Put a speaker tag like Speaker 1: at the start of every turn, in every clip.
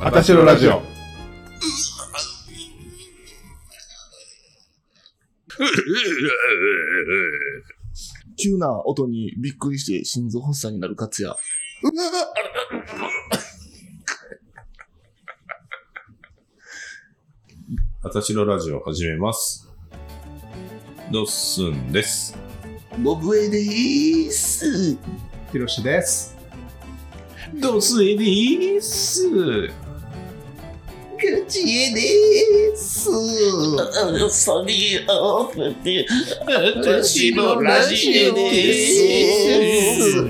Speaker 1: あたしろラジオ。
Speaker 2: 急な音にびっくりして心臓発作になる勝也。
Speaker 1: あたしろラジオ始めます。ドッスンです。
Speaker 2: ボブエでーす。
Speaker 3: ひろしです。
Speaker 1: ドスエリース。
Speaker 2: 勝也でーす。
Speaker 4: ソニーオープで
Speaker 2: 私のラジオです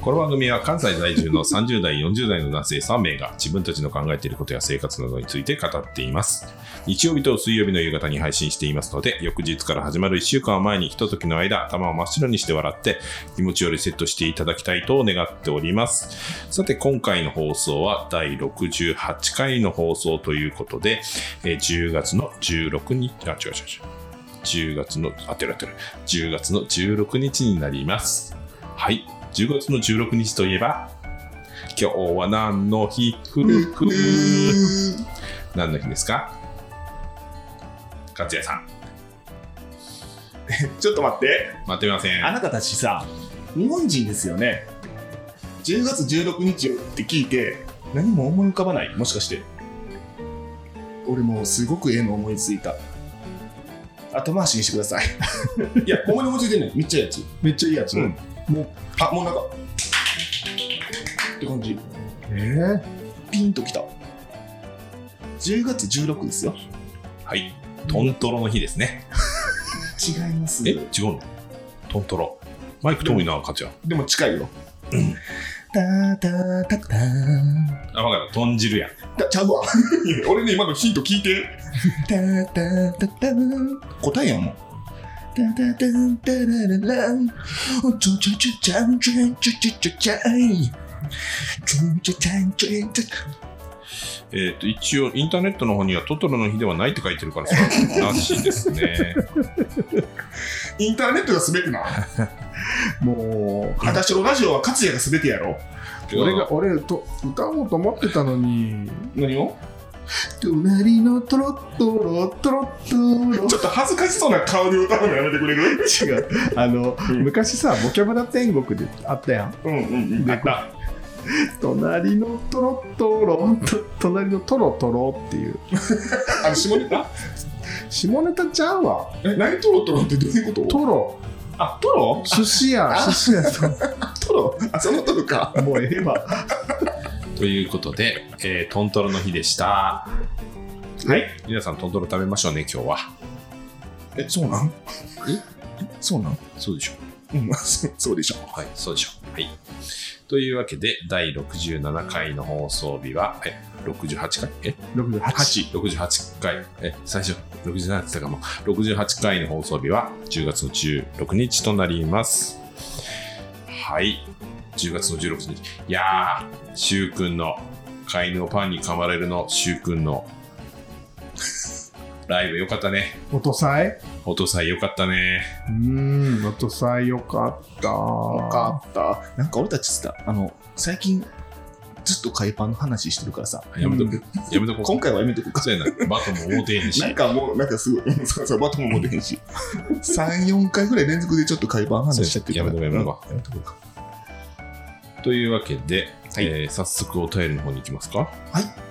Speaker 1: この番組は関西在住の30代、40代の男性3名が自分たちの考えていることや生活などについて語っています。日曜日と水曜日の夕方に配信していますので、翌日から始まる1週間を前にひとときの間、頭を真っ白にして笑って、気持ちをリセットしていただきたいと願っております。さて、今回の放送は第68回の放送ということで、えー10月の16日、あ、違う違う違う。10月の、当てる当てる。10月の16日になります。はい。10月の16日といえば、今日は何の日ふるふる何の日ですか勝也さん。
Speaker 3: ちょっと待って。
Speaker 1: 待ってみません。
Speaker 3: あなたたちさ、日本人ですよね。10月16日って聞いて、何も思い浮かばないもしかして。
Speaker 2: 俺もすごくええの思いついた。
Speaker 3: 後回しにしてください。
Speaker 2: いや、ほんまに思いついてんねん。めっちゃいいやつ。めっちゃいいやつ。
Speaker 3: うん
Speaker 2: もう、あ、もうなんか、って感じ。
Speaker 3: えー、
Speaker 2: ピンときた。10月16ですよ。
Speaker 1: はい。トントロの日ですね。
Speaker 2: 違います
Speaker 1: え違うのトントロ。マイク遠いな、勝也。
Speaker 2: でも近いよ。たたたた
Speaker 1: あ、わかった。豚汁や。
Speaker 2: たちゃうわ。
Speaker 3: 俺ね、今のヒント聞いて。
Speaker 2: たたたた
Speaker 3: 答えやもん。
Speaker 2: タタタンタララランチョチョチョチャンチャンチョチョチョチャイチョンチョチャンチョンチョ
Speaker 1: えっ、と、一応、インターネットの方にはトトロの日ではないって書いてるから、それはらしいです ね。
Speaker 3: インターネットが全てな。もう、私のラジオは勝也が全てやろ。
Speaker 5: 俺が俺と歌おうと思ってたのに
Speaker 3: 何を
Speaker 2: 隣のトロットロトロットロ
Speaker 3: ちょっと恥ずかしそうな顔で歌うのやめてくれる
Speaker 5: 違うあの、
Speaker 3: うん
Speaker 5: 昔さボキャブラ天国であったやん
Speaker 3: うんうんうん。あった。
Speaker 5: 隣のトロットロと隣のトロトロっていう
Speaker 3: あの、下ネタ
Speaker 5: 下ネタちゃうわ
Speaker 3: え、何トロトロってどういうこと
Speaker 5: トロ
Speaker 3: あ、トロ
Speaker 5: 寿司屋寿司屋さ
Speaker 3: トロあ、そのトロか。
Speaker 5: んもうええわ
Speaker 1: ということで、えー、トントロの日でした。
Speaker 3: はい。
Speaker 1: 皆さん、トントロ食べましょうね、今日は。
Speaker 3: え、そうなん
Speaker 2: そうなん
Speaker 1: そうでしょ
Speaker 3: うん、そうそうでしょ。
Speaker 1: う。はい、そうでしょう。はい。というわけで、第67回の放送日は、え、68回え
Speaker 5: 68
Speaker 1: ?68 回。え、最初、67って言ったかも。68回の放送日は、10月の16日となります。はい。10月の16日。いやー、しゅうくんの、飼い犬をパンに噛まれるの、しゅうくんの、ライブよかったね。
Speaker 5: 音さえ
Speaker 1: お父さんよかったね。
Speaker 5: うーん音さえよかった
Speaker 2: よかったなんか俺たちさあの最近ずっと海パンの話してるからさ
Speaker 1: やめとく。やめとこう。
Speaker 2: 今回はやめとくか
Speaker 1: そうやな。バトも大手にし。
Speaker 2: なんかもうなんかすごいうんそうそうバトンも出へ んし34回ぐらい連続でちょっと海パン話しちゃって
Speaker 1: や
Speaker 2: るか
Speaker 1: め
Speaker 2: ら
Speaker 1: とこうやめとこうやめとこうか。というわけで、
Speaker 2: はい
Speaker 1: えー早速お便りの方に行きますか。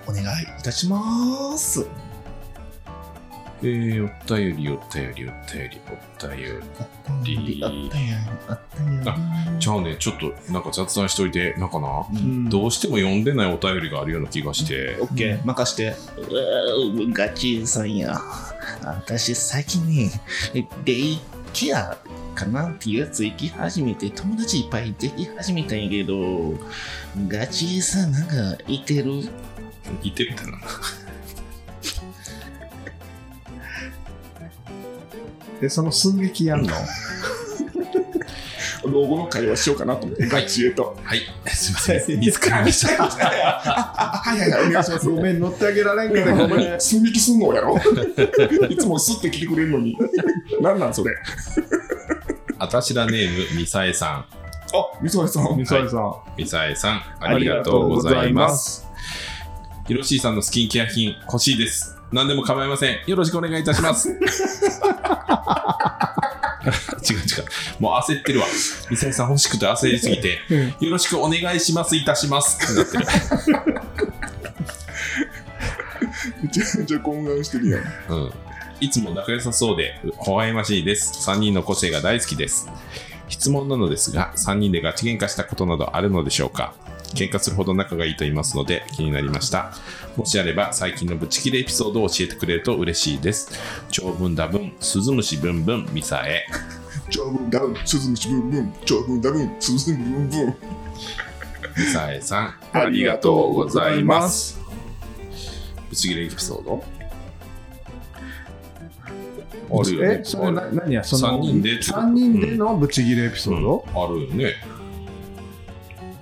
Speaker 2: お願いいたします
Speaker 1: えー、お便り、お便り、お便り、お便
Speaker 2: あったんやあったんやあったんや
Speaker 1: り。じゃあね、ちょっとなんか雑談しといて、なんかな、
Speaker 5: うん
Speaker 1: どうしても読んでないお便りがあるような気がして
Speaker 2: オ、ッケー任して
Speaker 4: うわガチさんや
Speaker 2: 私最近ねデイケアかなっていうやつ行き始めて友達いっぱいでき始めたんやけどガチさんなんかいてる
Speaker 1: いてみたいな。
Speaker 5: えその寸劇 やんの
Speaker 3: 老後の会話しようかなと思って、ガチへと。
Speaker 1: はい、すいません。見つかりました。
Speaker 3: あ、はいはいはい、お願いします。
Speaker 5: ごめん乗ってあげられんから
Speaker 3: ほんまに寸劇すんのや ろいつもすって来てくれるのに。なんなんそれ。
Speaker 1: あたしらネーム、みさえさん。
Speaker 3: あ、みそえさん。
Speaker 5: みそえさん、
Speaker 1: みさえさん、ありがとうございます。ヒロシーさんのスキンケア品欲しいです。何でも構いません。よろしくお願いいたします。 違う違う。もう焦ってるわ。ミサイさん欲しくて焦りすぎて、よろしくお願いします、いたします。ってなって
Speaker 3: めちゃめちゃ懇願してるやん。
Speaker 1: る。うん。いつも仲良さそうで、微笑ましいです。3人の個性が大好きです。質問なのですが、3人でガチ喧嘩したことなどあるのでしょうか喧嘩するほど仲がいいと言いますので気になりました。もしあれば最近のブチ切れエピソードを教えてくれると嬉しいです。長文だ文、鈴虫ブンブン、ミサエ。
Speaker 3: 長文ダウン、鈴虫ブンブン、長文ダウン、鈴虫ブンブン。
Speaker 1: ミサエさん、あ
Speaker 3: あ
Speaker 1: り
Speaker 3: り
Speaker 1: が
Speaker 3: が
Speaker 1: と
Speaker 3: と
Speaker 1: う
Speaker 3: う
Speaker 1: ご
Speaker 3: ご
Speaker 1: ざ
Speaker 3: ざ
Speaker 1: い
Speaker 3: い
Speaker 1: ま。
Speaker 3: ます
Speaker 1: ブチ切れエピソードあるよね
Speaker 5: え、。それ
Speaker 1: あ
Speaker 5: な
Speaker 1: る
Speaker 5: 何や、その
Speaker 1: 三人で
Speaker 5: 三人でのブチギレエピソード、
Speaker 1: うんあるよね。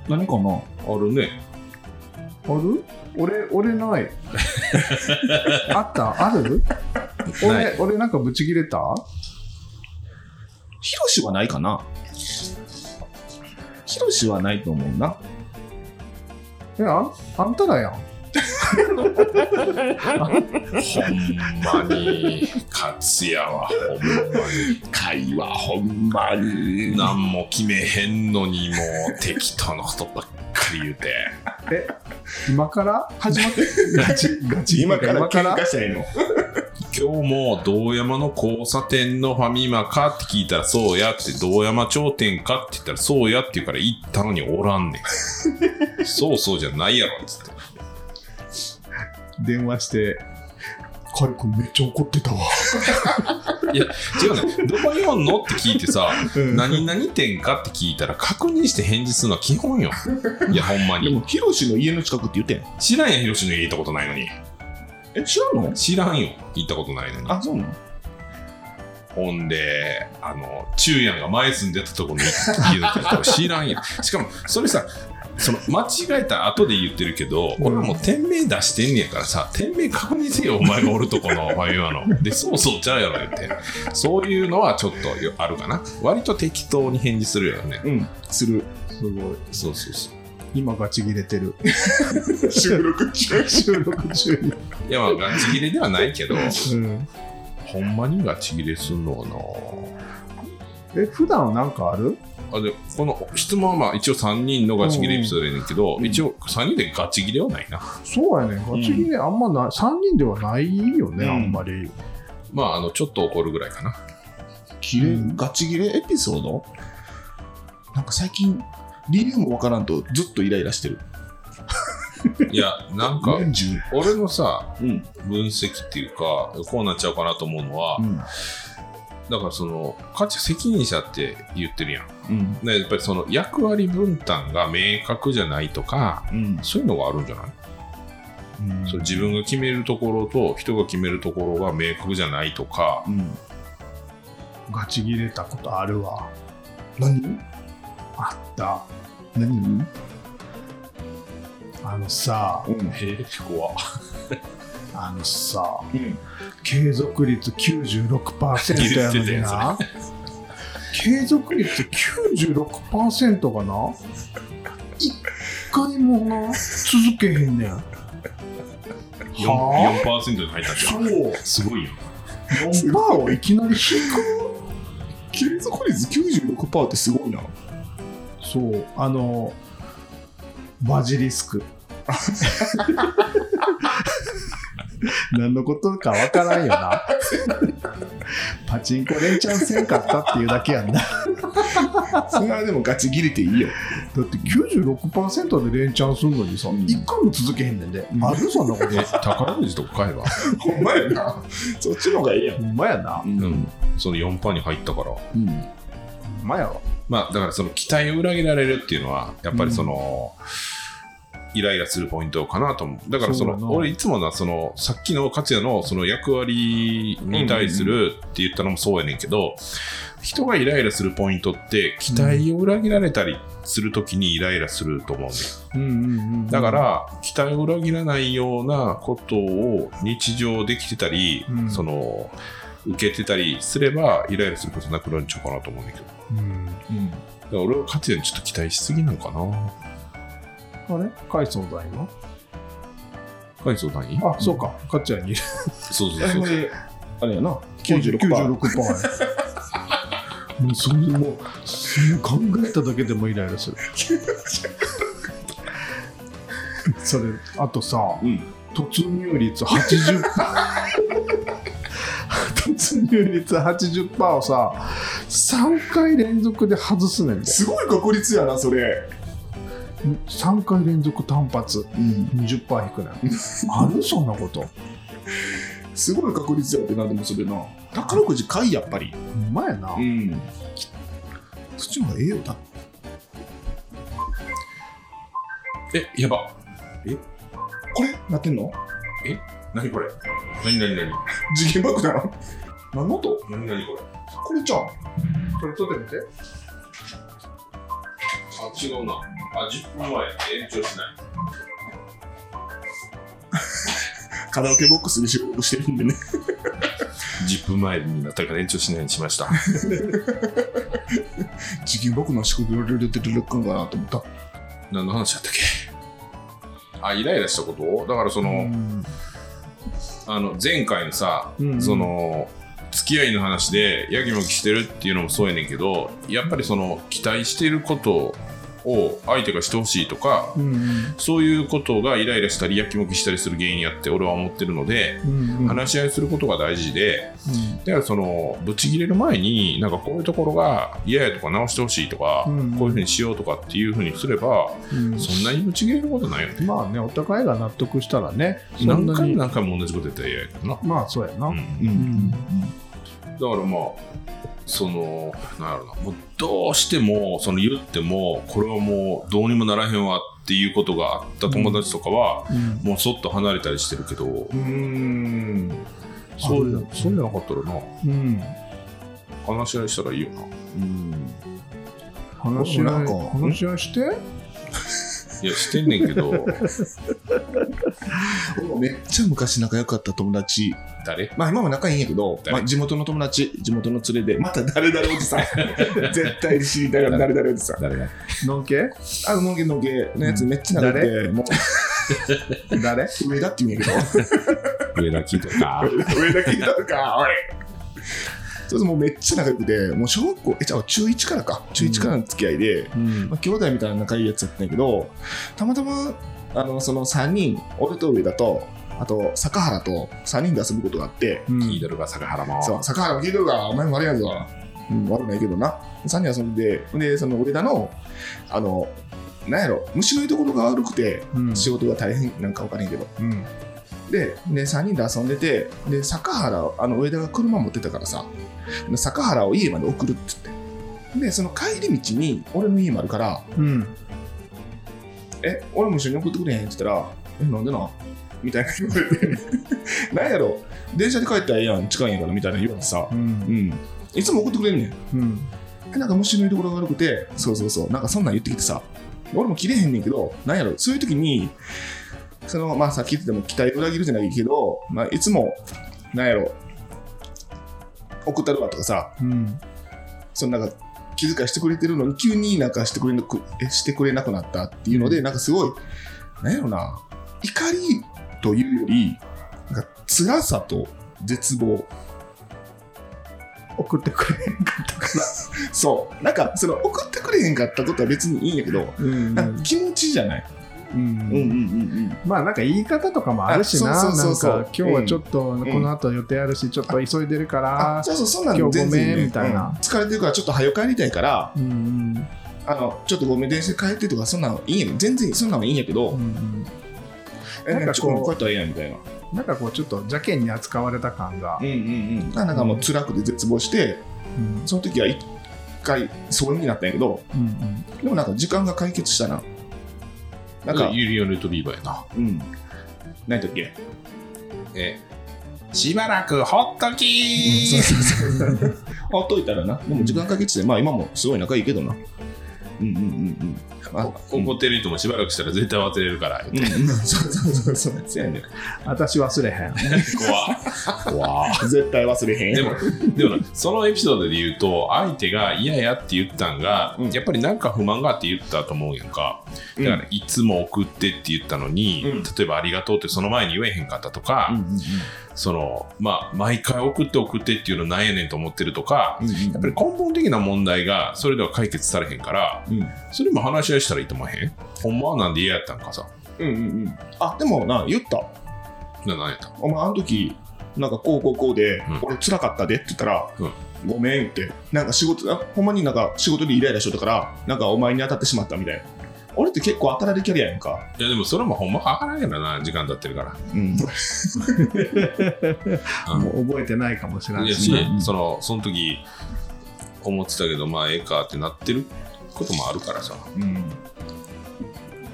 Speaker 5: 何かな
Speaker 1: あるね。
Speaker 5: ある俺、俺 ない。あったある
Speaker 1: ない
Speaker 5: 俺、俺なんかブチギレた
Speaker 3: ヒロシはないかな
Speaker 2: ヒロシはないと思うな。
Speaker 5: え、ああんたらやん。
Speaker 1: ほんまに、勝也はほんまに、
Speaker 3: 会話ほんまに。
Speaker 1: 何も決めへんのに、もう適当なことばっかり言うて。
Speaker 5: 今から始まって ガチ、ガチ。
Speaker 3: 今から
Speaker 5: 今か
Speaker 3: 喧
Speaker 5: ら
Speaker 3: 嘩したいの。
Speaker 1: 今日も道山の交差点のファミマかって聞いたら、そうやって、道山頂点かって言ったら、そうやって言うから行ったのにおらんねん。そうそうじゃないやろ、つって。
Speaker 5: 電話して、
Speaker 3: カイ君めっちゃ怒ってたわ。
Speaker 1: 違うね。どこにおんのって聞いてさ、
Speaker 5: うん
Speaker 1: 何々点かって聞いたら、確認して返事するのは基本よ。いや、ほんま
Speaker 3: で
Speaker 1: に
Speaker 3: も。ヒロシの家の近くって言ってん。
Speaker 1: 知らんやん、ヒロシの家行ったことないのに。
Speaker 3: え、知らんの
Speaker 1: 知らんよ。行ったことないのに。
Speaker 3: あ、そうなの
Speaker 1: ほんで、あの、中やんが前住んでたとこの家だったら知らんやん。 しかも、それさ、その間違えた後で言ってるけど、俺はもう店名出してんねやからさ、店名確認せよ、お前がおるとこのファミマの。で、そうそうちゃうやろ、言って。そういうのはちょっとよあるかな。割と適当に返事するよね。
Speaker 3: うん、する。
Speaker 5: すごい。
Speaker 1: そうそうそう。
Speaker 5: 今ガチギレ てる。
Speaker 3: 収録 中。
Speaker 5: 収録中に。
Speaker 1: いや、まあ、ガチ切れではないけど、
Speaker 5: うん。
Speaker 1: ほんまにガチ切れすんのか
Speaker 5: え、普段はなんかある
Speaker 1: なあで、この質問はまあ一応3人のガチ切れエピソードやねんけど、一応3人でガチ切れはないな。
Speaker 5: そうやね。ガチギレあんまない。3人ではないよね、
Speaker 3: うん
Speaker 5: あんまり。
Speaker 1: まあ、あの、ちょっと怒るぐらいかな。
Speaker 3: 切れ、ガチ切れエピソードなんか最近、理由もわからんとずっとイライラしてる。
Speaker 1: いや、なんか、
Speaker 3: 年中。
Speaker 1: 俺のさ、
Speaker 3: うん。
Speaker 1: 分析っていうか、こうなっちゃうかなと思うのは、
Speaker 3: うん。
Speaker 1: だからその、かつ責任者って言ってるやん。
Speaker 3: うん。
Speaker 1: ねやっぱりその、役割分担が明確じゃないとか、
Speaker 3: うん。
Speaker 1: そういうのがあるんじゃない、それ自分が決めるところと、人が決めるところが明確じゃないとか、
Speaker 3: うん。
Speaker 5: ガチギレたことあるわ。
Speaker 3: 何
Speaker 5: あった。
Speaker 3: 何
Speaker 5: あのさ、
Speaker 3: うん。
Speaker 1: えー、怖
Speaker 5: あのさ、
Speaker 3: うん
Speaker 5: 継続率96%やのにな。継続率96%がな、一回もな、続けへんねん。
Speaker 1: 4%,
Speaker 5: は
Speaker 1: に入ったじゃ
Speaker 5: そ
Speaker 1: ん。
Speaker 5: う。
Speaker 1: すごいよ。
Speaker 5: 4%をいきなり引く。
Speaker 3: 継続率96%ってすごいな。
Speaker 5: そう。あの、バジリスク。 何のことかわからんよな。パチンコ連チャンせんかったっていうだけやんな。
Speaker 3: それはでもガチ切れていいよ。
Speaker 5: だって96%で連チャンするのにさ、
Speaker 3: うん
Speaker 5: 一回も続けへんねんで、あるそんなこと
Speaker 1: え、宝くじとか買えば、
Speaker 3: ほんまやな。そっちの方がいいや
Speaker 5: ほんまやな
Speaker 3: うん。
Speaker 1: うん、その4%に入ったから、
Speaker 3: うん。
Speaker 5: ほんまやわ
Speaker 1: まあだからその期待を裏切られるっていうのはやっぱりその、イライラするポイントかなと思うだからその
Speaker 5: そうだな
Speaker 1: 俺いつもなそのさっきの勝也のその役割に対するって言ったのもそうやねんけど、人がイライラするポイントって期待を裏切られたりするときにイライラすると思うね、
Speaker 5: うんうんうん
Speaker 1: だから期待を裏切らないようなことを日常できてたり、
Speaker 5: うん
Speaker 1: その受けてたりすればイライラすることなくなるんちゃうかなと思うねんだけど。
Speaker 5: うん
Speaker 1: だから俺は勝也にちょっと期待しすぎなのかな
Speaker 5: あれ海藻大の
Speaker 1: 海藻何
Speaker 5: あ、そうか。かっちゃんに。
Speaker 1: そうそうそう。
Speaker 3: あれやな、
Speaker 5: 96%。
Speaker 3: 96%。
Speaker 5: もうそれもうそれ考えただけでもイライラするそれあとさ、
Speaker 3: うん
Speaker 5: 突入率80 突入率80%をさ3回連続で外すねんです
Speaker 3: ごい確率やな、それ。
Speaker 5: 3回連続単発
Speaker 3: うん。
Speaker 5: 20%引くねんあるそんなこと
Speaker 3: すごい確率やってな、でもそれな。宝くじ買い、やっぱり。
Speaker 5: ほんまやな、
Speaker 3: ん。そっちの方がええよ、だ
Speaker 1: え、やば。
Speaker 3: これなってんの
Speaker 1: 何これ何何何
Speaker 3: 次元爆弾何の音
Speaker 1: 何何これ
Speaker 3: これじゃん。
Speaker 5: それ取ってみて
Speaker 1: あ、違うな。あ、10分前。延長しない。
Speaker 3: カラオケボックスで仕事してるんでね。
Speaker 1: 10分前になったから延長しないようにしました。
Speaker 3: 次元爆弾仕事やれてるかなと思った。
Speaker 1: 何の話だったっけあ、イライラしたことだからその、あの、前回のさ、
Speaker 5: うん
Speaker 1: その、付き合いの話で、やきもきしてるっていうのもそうやねんけど、やっぱりその、期待してることを相手がしてほしいとか、
Speaker 5: うんうん
Speaker 1: そういうことがイライラしたり、やきもきしたりする原因やって俺は思ってるので、
Speaker 5: うんうん
Speaker 1: 話し合いすることが大事で、だからそのぶち切れる前になんかこういうところが嫌やとか直してほしいとか、
Speaker 5: うん
Speaker 1: こういうふうにしようとかっていうふうにすれば
Speaker 5: うん
Speaker 1: そんなにぶち切れることないよね
Speaker 5: まあね、お互いが納得したらね、そんなに
Speaker 1: 何回も何回も同じことやったら嫌やけどな、
Speaker 5: まあそうやな。
Speaker 1: うん
Speaker 5: うん
Speaker 1: だからまあそのなんやろなもうどうしてもその言ってもこれはもうどうにもならへんわっていうことがあった友達とかは、
Speaker 5: うん
Speaker 1: もうそっと離れたりしてるけど
Speaker 3: うん。
Speaker 1: そう
Speaker 5: あ
Speaker 1: い
Speaker 5: るよ
Speaker 1: うそういうのなかったらな
Speaker 5: うん
Speaker 1: 話し合いしたらいいよな
Speaker 3: うん。
Speaker 5: 話し合い
Speaker 3: なんか
Speaker 5: 話し合いして、
Speaker 1: いやしてんねんけ ど
Speaker 3: めっちゃ昔仲良かった友達。
Speaker 1: 誰
Speaker 3: まあ今も仲いいんやけど、
Speaker 1: 誰
Speaker 3: まあ、地元の友達、地元の連れで、また誰々おじさん。絶対に知りたいな、誰々おじさん。
Speaker 1: 誰が
Speaker 5: のんけ
Speaker 3: あの、のげのげのやつめっちゃ長くて、も
Speaker 5: 誰
Speaker 3: う上だって言うんやけど。
Speaker 1: 上田木とか
Speaker 3: 上だけいたのか、おい。そうそうもうめっちゃ仲良くて、もう小学校、え、じゃあ中1からか、中1からの付き合いで、
Speaker 5: うん
Speaker 3: まあ、兄弟みたいな仲いいやつだったんやけど、たまたま、あの、その3人、俺と上だと、あと、坂原と3人で遊ぶことがあって、
Speaker 5: うん
Speaker 1: 聞いてるか坂原も
Speaker 3: そう、坂原も聞いてるから、お前も悪いやつだ。うん、悪くないけどな。3人遊んで、で、その上田の、あの、なんやろ、虫のいいところが悪くて、
Speaker 5: うん
Speaker 3: 仕事が大変なんか分からへんけど。
Speaker 5: うん
Speaker 3: でで3人で遊んでてで坂原あの上田が車持ってたからさ坂原を家まで送るっつってでその帰り道に俺の家もあるから
Speaker 5: うん
Speaker 3: 「え俺も一緒に送ってくれへん?」って言ったら「えなんでな?」みたいな言われて「なんやろ電車で帰ったらええやん近いんやから」みたいな言われてさ
Speaker 5: う
Speaker 3: 「うんんいつも送ってくれんね
Speaker 5: う
Speaker 3: ん
Speaker 5: ん
Speaker 3: えなんか虫の居所が悪くてそうそうそうなんかそんなん言ってきてさ俺も切れへんねんけどなんやろそういう時にそのまあさっき言ってたも期待を裏切るじゃないけど、まあ、いつもなんやろ送ったるわとかさ
Speaker 5: うん
Speaker 3: そのなんか気遣いしてくれてるのに急になんかしてくれなくえしてくれなくなったっていうのでなんかすごいなんやろな怒りというよりなんか辛さと絶望
Speaker 5: 送ってくれへんかったか
Speaker 3: そうなんかその送ってくれへんかったことは別にいいんやけど
Speaker 5: らうん
Speaker 3: なんか気持ちじゃない
Speaker 5: うん
Speaker 3: うんうんうん
Speaker 5: まあなんか言い方とかもあるしな
Speaker 3: あそう
Speaker 5: な
Speaker 3: そ
Speaker 5: ん
Speaker 3: うそうそう
Speaker 5: か今日はちょっとこの後予定あるしちょっと急いでるか
Speaker 3: あ
Speaker 5: ら
Speaker 3: そうそうそんなの
Speaker 5: 今日ごめん
Speaker 3: 全然ね
Speaker 5: みたいな
Speaker 3: うん疲れてるからちょっと早く帰りたいから
Speaker 5: うん
Speaker 3: あのちょっとごめん電車で帰ってとかそんなのいいや全然そんなのいいんやけど、
Speaker 5: うんうん
Speaker 3: え
Speaker 5: なんか
Speaker 3: ち
Speaker 5: こ
Speaker 3: ょ
Speaker 5: う
Speaker 3: っと帰ったらええやんみたいな
Speaker 5: なんかこうちょっと邪険に扱われた感が
Speaker 3: うんうんうんなんかもう辛くて絶望して
Speaker 5: うん
Speaker 3: その時は一回そうになったんやけど
Speaker 5: うんうん
Speaker 3: でもなんか時間が解決したななんか
Speaker 1: ユリオン・レトリーバーやな
Speaker 3: うん何だっけ
Speaker 1: えしばらくほっとき
Speaker 3: そう
Speaker 1: ー
Speaker 3: そうそうほっといたらなでも時間解決してまあ今もすごい仲いいけどなうんうんうんうんあ
Speaker 1: 怒ってる人もしばらくしたら絶対忘れるから、言うて
Speaker 3: そうそうそうそう。そうやね
Speaker 5: 私忘れへん。
Speaker 1: 怖 っ怖っ
Speaker 3: ん絶対忘れへん。
Speaker 1: でも、でもなそのエピソードで言うと、相手が嫌やって言ったんが、
Speaker 3: うん
Speaker 1: やっぱりなんか不満があって言ったと思うやんか。だから、いつも送ってって言ったのに、
Speaker 3: うん
Speaker 1: 例えばありがとうってその前に言えへんかったとか、その、まあ、毎回送って送ってっていうのなんやねんと思ってるとか、やっぱり根本的な問題がそれでは解決されへんから、
Speaker 3: うん
Speaker 1: それも話し合いしたらいいと思わへんほんまはなんで嫌やったんかさ。
Speaker 3: うんうんうん。あ、でもな、言った。
Speaker 1: ななんやった
Speaker 3: お前、あの時、なんかこうこうこうで
Speaker 1: うん、
Speaker 3: 俺辛かったでって言ったら、
Speaker 1: うん
Speaker 3: ごめんって、なんか仕事、あほんまになんか仕事でイライラしとったから、なんかお前に当たってしまったみたいな。俺って結構当たられるキャリアやんか。
Speaker 1: いやでもそれもほんまはからんやろな時間経ってるから。
Speaker 3: うん。
Speaker 5: もう覚えてないかもしれないい
Speaker 1: や
Speaker 5: し
Speaker 1: し、
Speaker 5: ね。
Speaker 1: そのその時思ってたけどまあええかってなってることもあるからさ
Speaker 3: うん。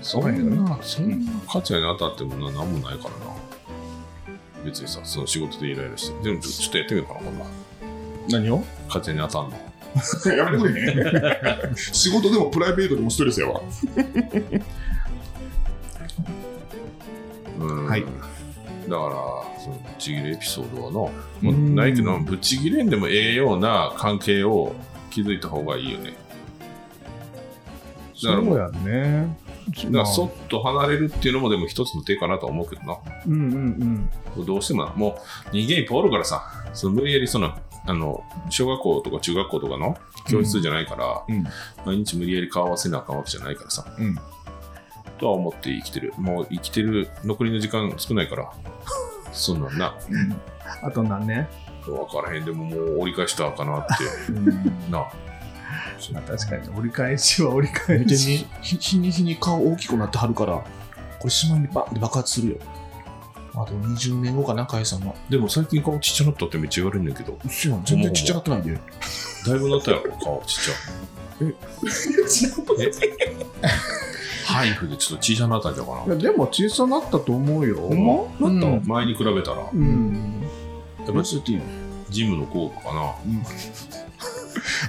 Speaker 1: そ
Speaker 5: うんん
Speaker 1: なそんな価値に当たってもな何もないからな別にさその仕事でイライラしてでもちょちょっとやってみようかなほんま
Speaker 3: 何を
Speaker 1: 価値に当たんの
Speaker 3: やめてくれへ ん。仕事でもプライベートでもストレスやわ。
Speaker 1: うん
Speaker 3: はい
Speaker 1: だからそのぶっちぎれエピソードはな、
Speaker 5: うん
Speaker 1: まあ、ないけどぶっちぎれんでもええような関係を築いた方がいいよねだから
Speaker 5: そうやね。
Speaker 1: だからそっと離れるっていうのもでも一つの手かなとは思うけどな
Speaker 5: うんうん
Speaker 1: どうしてもなもう人間いっぱいおるからさその無理やりそのあの小学校とか中学校とかの教室じゃないから、
Speaker 3: うん
Speaker 1: 毎日無理やり顔合わせなあかんわけじゃないからさ、
Speaker 3: うん
Speaker 1: とは思って生きてるもう生きてる残りの時間少ないからそんなんな
Speaker 5: うん。あと何年
Speaker 1: 分からへんでももう折り返したらあかなってな
Speaker 5: まあ確かに折り返しは折り返
Speaker 3: で
Speaker 5: し。
Speaker 3: に日日に日に顔大きくなってはるからこれしまいにバンって爆発するよあと20年後かな海さんは
Speaker 1: でも最近顔ちっちゃなったってめっちゃ言われるんだけど
Speaker 3: うちやん全然ちっちゃなってないんで
Speaker 1: だいぶなったやろ顔ちっちゃハイフでちょっと小さなったんじゃうか
Speaker 5: いやでも小さなったと思うよ。
Speaker 3: ほんまなった
Speaker 5: う
Speaker 1: な前に比べたらや
Speaker 5: うん。
Speaker 1: っぱ
Speaker 3: ちょっといいの
Speaker 1: ジムの効果かな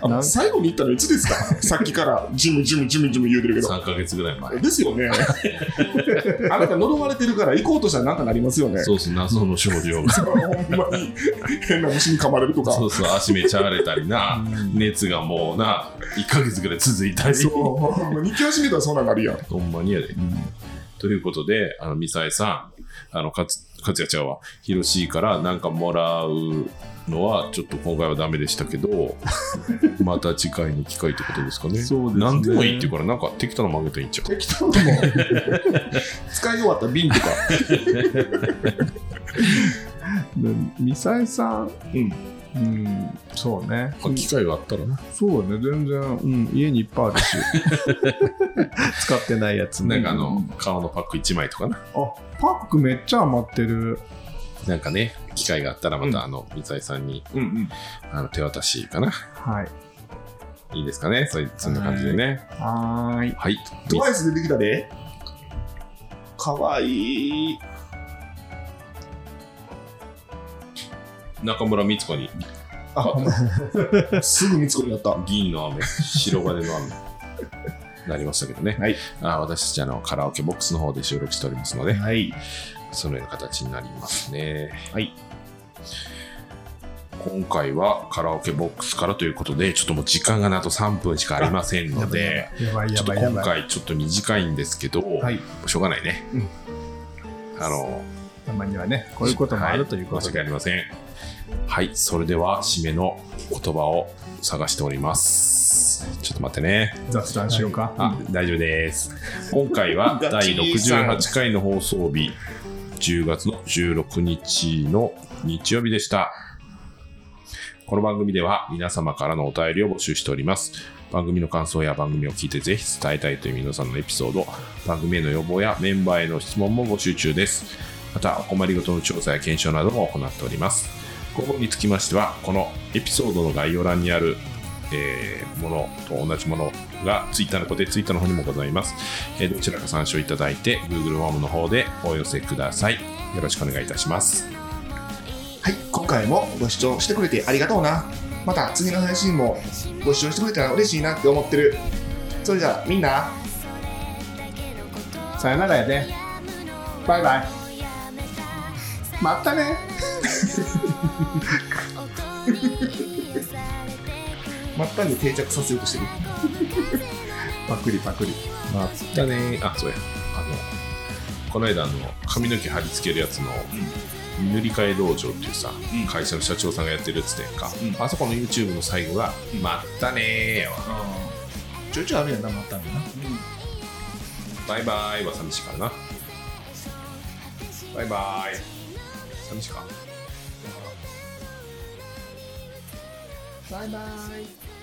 Speaker 3: あ
Speaker 5: なん
Speaker 3: 最後に言ったのいつですかさっきからジムジムジムジム言うてるけど
Speaker 1: 3か月ぐらい前
Speaker 3: ですよ ねあなた呪われてるから行こうとしたらなんかなりますよね
Speaker 1: そうそう、謎の症状が。
Speaker 3: ほんまに変な虫に噛まれるとか
Speaker 1: そうそう、足めちゃ荒れたりな、熱がもうな、1ヶ月ぐらい続いたり。
Speaker 3: そうほんまに行き始めたらそうなんなるやん
Speaker 1: ほんまにやで。ということで、あの、ミサエさん、あの、かつ、かつやちゃうわ、ヒロシーからなんかもらうのは、ちょっと今回はダメでしたけど、また次回の機会ってことですかね。
Speaker 5: そうですね
Speaker 1: 何でもいいっていうから、なんか適当なのもあげたらいいんちゃう
Speaker 3: 適当でも使い終わった瓶とか
Speaker 5: でミサイさん、
Speaker 3: うん
Speaker 5: うん、そうね。
Speaker 1: まあ機会があったらな。
Speaker 5: そうね、全然、うん、家にいっぱいある し。使ってないやつも
Speaker 1: なんかあの、顔のパック1枚とかな。
Speaker 5: あ、パックめっちゃ余ってる。
Speaker 1: なんかね、機会があったらま
Speaker 3: うん
Speaker 1: た、あの、ミサエさんに、
Speaker 3: うんうん
Speaker 1: あの、手渡しかな。
Speaker 5: はい。
Speaker 1: いいですかね。そいそんな感じでね。
Speaker 5: はーい。
Speaker 1: はい。
Speaker 3: トワイス出てきたで。かわいい。
Speaker 1: 中村光子に
Speaker 3: あ、ほんま。すぐ見つこになった。
Speaker 1: 銀の雨、白金の雨。 なりましたけどね、
Speaker 3: はい
Speaker 1: あ私たちあのカラオケボックスの方で収録しておりますので、
Speaker 3: はい。
Speaker 1: そのような形になりますね。
Speaker 3: はい
Speaker 1: 今回はカラオケボックスからということで、ちょっともう時間がなんと3分しかありませんので、
Speaker 5: やばい
Speaker 1: ちょ
Speaker 5: や
Speaker 1: っと
Speaker 5: ばいやば
Speaker 1: 今
Speaker 5: い。
Speaker 1: 回ちょっと短いんですけど、
Speaker 3: い
Speaker 1: しょうがないね。
Speaker 3: うん
Speaker 1: あの
Speaker 5: たまにはね、こういうこともあるということ
Speaker 1: はい、間違い
Speaker 5: で。
Speaker 1: ありませんはいそれでは締めの言葉を探しておりますちょっと待ってね
Speaker 5: 雑談しようか。
Speaker 1: あ大丈夫です今回は第
Speaker 3: ガチーさん
Speaker 1: 68回の放送日10月の16日の日曜日でしたこの番組では皆様からのお便りを募集しております番組の感想や番組を聞いてぜひ伝えたいという皆さんのエピソード番組への要望やメンバーへの質問も募集中ですまたお困りごとの調査や検証なども行っておりますここにつきましてはこのエピソードの概要欄にあるえーものと同じものがツイッターの固定ツイッターの方にもございます、えーどちらか参照いただいて Google フォームの方でお寄せくださいよろしくお願いいたします
Speaker 3: はい。今回もご視聴してくれてありがとうな。また次の配信もご視聴してくれたら嬉しいなって思ってる。それじゃあみんな、
Speaker 5: さよならやでバイバイまたね
Speaker 3: 末端に定着させようとしてる。
Speaker 5: パクリパクリ
Speaker 1: まったねあそうやあのこの間あの髪の毛貼り付けるやつの、塗り替え道場っていうさ、
Speaker 3: うん
Speaker 1: 会社の社長さんがやってるやつでか、
Speaker 3: うん
Speaker 1: あそこの YouTube の最後が「まったねーやわ」
Speaker 3: ちょいちょいあるやんな、末端にな。
Speaker 1: バイバイは寂しいからなバイバイ寂しいか
Speaker 5: バイバイ